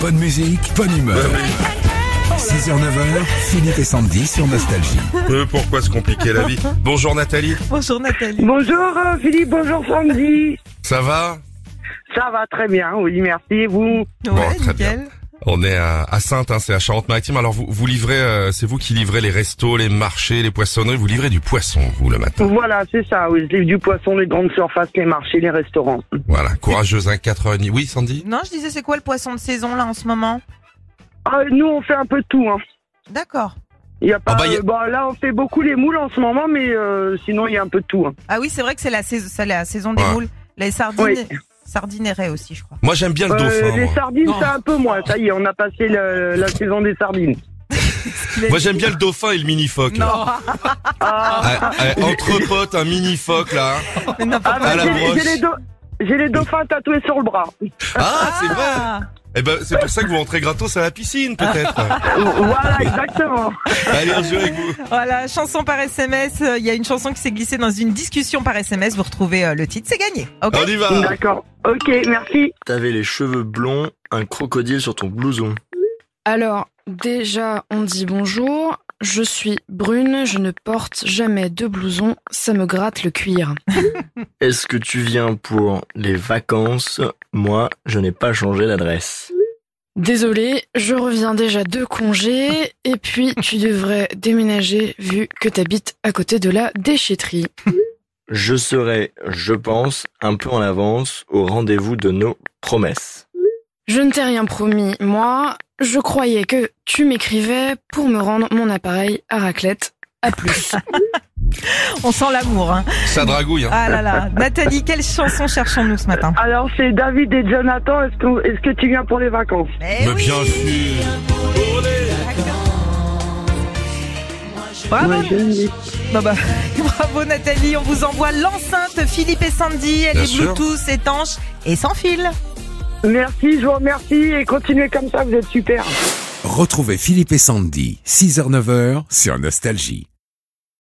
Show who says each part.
Speaker 1: Bonne musique, bonne humeur.
Speaker 2: Euh,
Speaker 1: 6h, 9h, Philippe et Sandy sur Nostalgie.
Speaker 2: Peu euh, pourquoi se compliquer la vie. Bonjour Nathalie,
Speaker 3: Bonjour Nathalie.
Speaker 4: Bonjour euh, Philippe, bonjour Sandy.
Speaker 2: ça va
Speaker 4: Ça va très bien, oui, merci. Et vous
Speaker 2: Bon, très On est à, à Sainte, hein, c'est à Charente-Maritime. Alors vous, vous livrez, euh, c'est vous qui livrez les restos, les marchés, les poissonneries. Vous livrez du poisson, vous, le matin.
Speaker 4: Voilà, c'est ça, oui, je livre du poisson, les grandes surfaces, les marchés, les restaurants.
Speaker 2: Voilà, courageuse, hein, un 4h30. Oui, Sandy
Speaker 3: Non, je disais, c'est quoi le poisson de saison là en ce moment
Speaker 4: Ah, nous, on fait un peu tout. Hein.
Speaker 3: D'accord.
Speaker 4: Il Y a pas,
Speaker 2: Ah bah, y a-
Speaker 4: euh, bah, là, on fait beaucoup les moules en ce moment, mais euh, sinon, il y a un peu de tout. hein.
Speaker 3: Ah oui, c'est vrai que c'est la saison, c'est la saison des
Speaker 2: Ouais.
Speaker 3: moules. Les sardines,
Speaker 4: Oui.
Speaker 3: sardines et raies aussi, je crois.
Speaker 2: Moi, j'aime bien le
Speaker 4: Euh,
Speaker 2: dauphin.
Speaker 4: les
Speaker 2: moi.
Speaker 4: sardines, c'est un peu moins. Ça y est, on a passé le- la saison des sardines.
Speaker 2: Moi, j'aime bien le dauphin et le mini-phoque. là.
Speaker 3: Non,
Speaker 4: Ah,
Speaker 2: Ah, ah, entre potes, un mini-phoque, là. hein.
Speaker 3: mais n'importe
Speaker 4: ah, bah,
Speaker 2: à la
Speaker 4: j'ai
Speaker 2: broche.
Speaker 4: j'ai les, do- j'ai les dauphins tatoués sur le bras.
Speaker 2: Ah, c'est vrai
Speaker 3: quoi.
Speaker 2: Eh ben, c'est pour ça que vous rentrez gratos à la piscine, peut-être.
Speaker 4: voilà, exactement.
Speaker 2: Allez, on joue avec vous.
Speaker 3: Voilà, chanson par SMS. euh, Il y a une chanson qui s'est glissée dans une discussion par SMS. Vous retrouvez euh, le titre, c'est gagné. Ok.
Speaker 2: On y va
Speaker 4: D'accord. Ok, merci.
Speaker 5: T'avais les cheveux blonds, un crocodile sur ton blouson.
Speaker 6: Alors, déjà, on dit bonjour. Je suis brune, je ne porte jamais de blouson, ça me gratte le cuir.
Speaker 5: Est-ce que tu viens pour les vacances Moi, je n'ai pas changé d'adresse.
Speaker 6: Désolée, je reviens déjà de congé, et puis tu devrais déménager vu que t'habites à côté de la déchetterie.
Speaker 5: Je serai, je pense, un peu en avance au rendez-vous de nos promesses.
Speaker 6: Je ne t'ai rien promis, moi, je croyais que tu m'écrivais pour me rendre mon appareil à raclette. À plus.
Speaker 3: On sent l'amour. Hein.
Speaker 2: Ça dragouille, hein.
Speaker 3: Ah là là. Nathalie, quelle chanson cherchons-nous ce matin
Speaker 4: Alors, c'est David et Jonathan. Est-ce que, est-ce que tu viens pour les vacances
Speaker 3: Eh
Speaker 2: Mais
Speaker 3: oui,
Speaker 2: bien sûr
Speaker 3: Bravo.
Speaker 4: Ouais, je me dis-
Speaker 3: Bah bah, bravo Nathalie, on vous envoie l'enceinte Philippe et Sandy, elle
Speaker 2: Bien
Speaker 3: est
Speaker 2: sûr.
Speaker 3: Bluetooth, étanche et sans fil.
Speaker 4: Merci, je vous remercie et continuez comme ça, vous êtes super.
Speaker 1: Retrouvez Philippe et Sandy, 6h, 9h sur Nostalgie.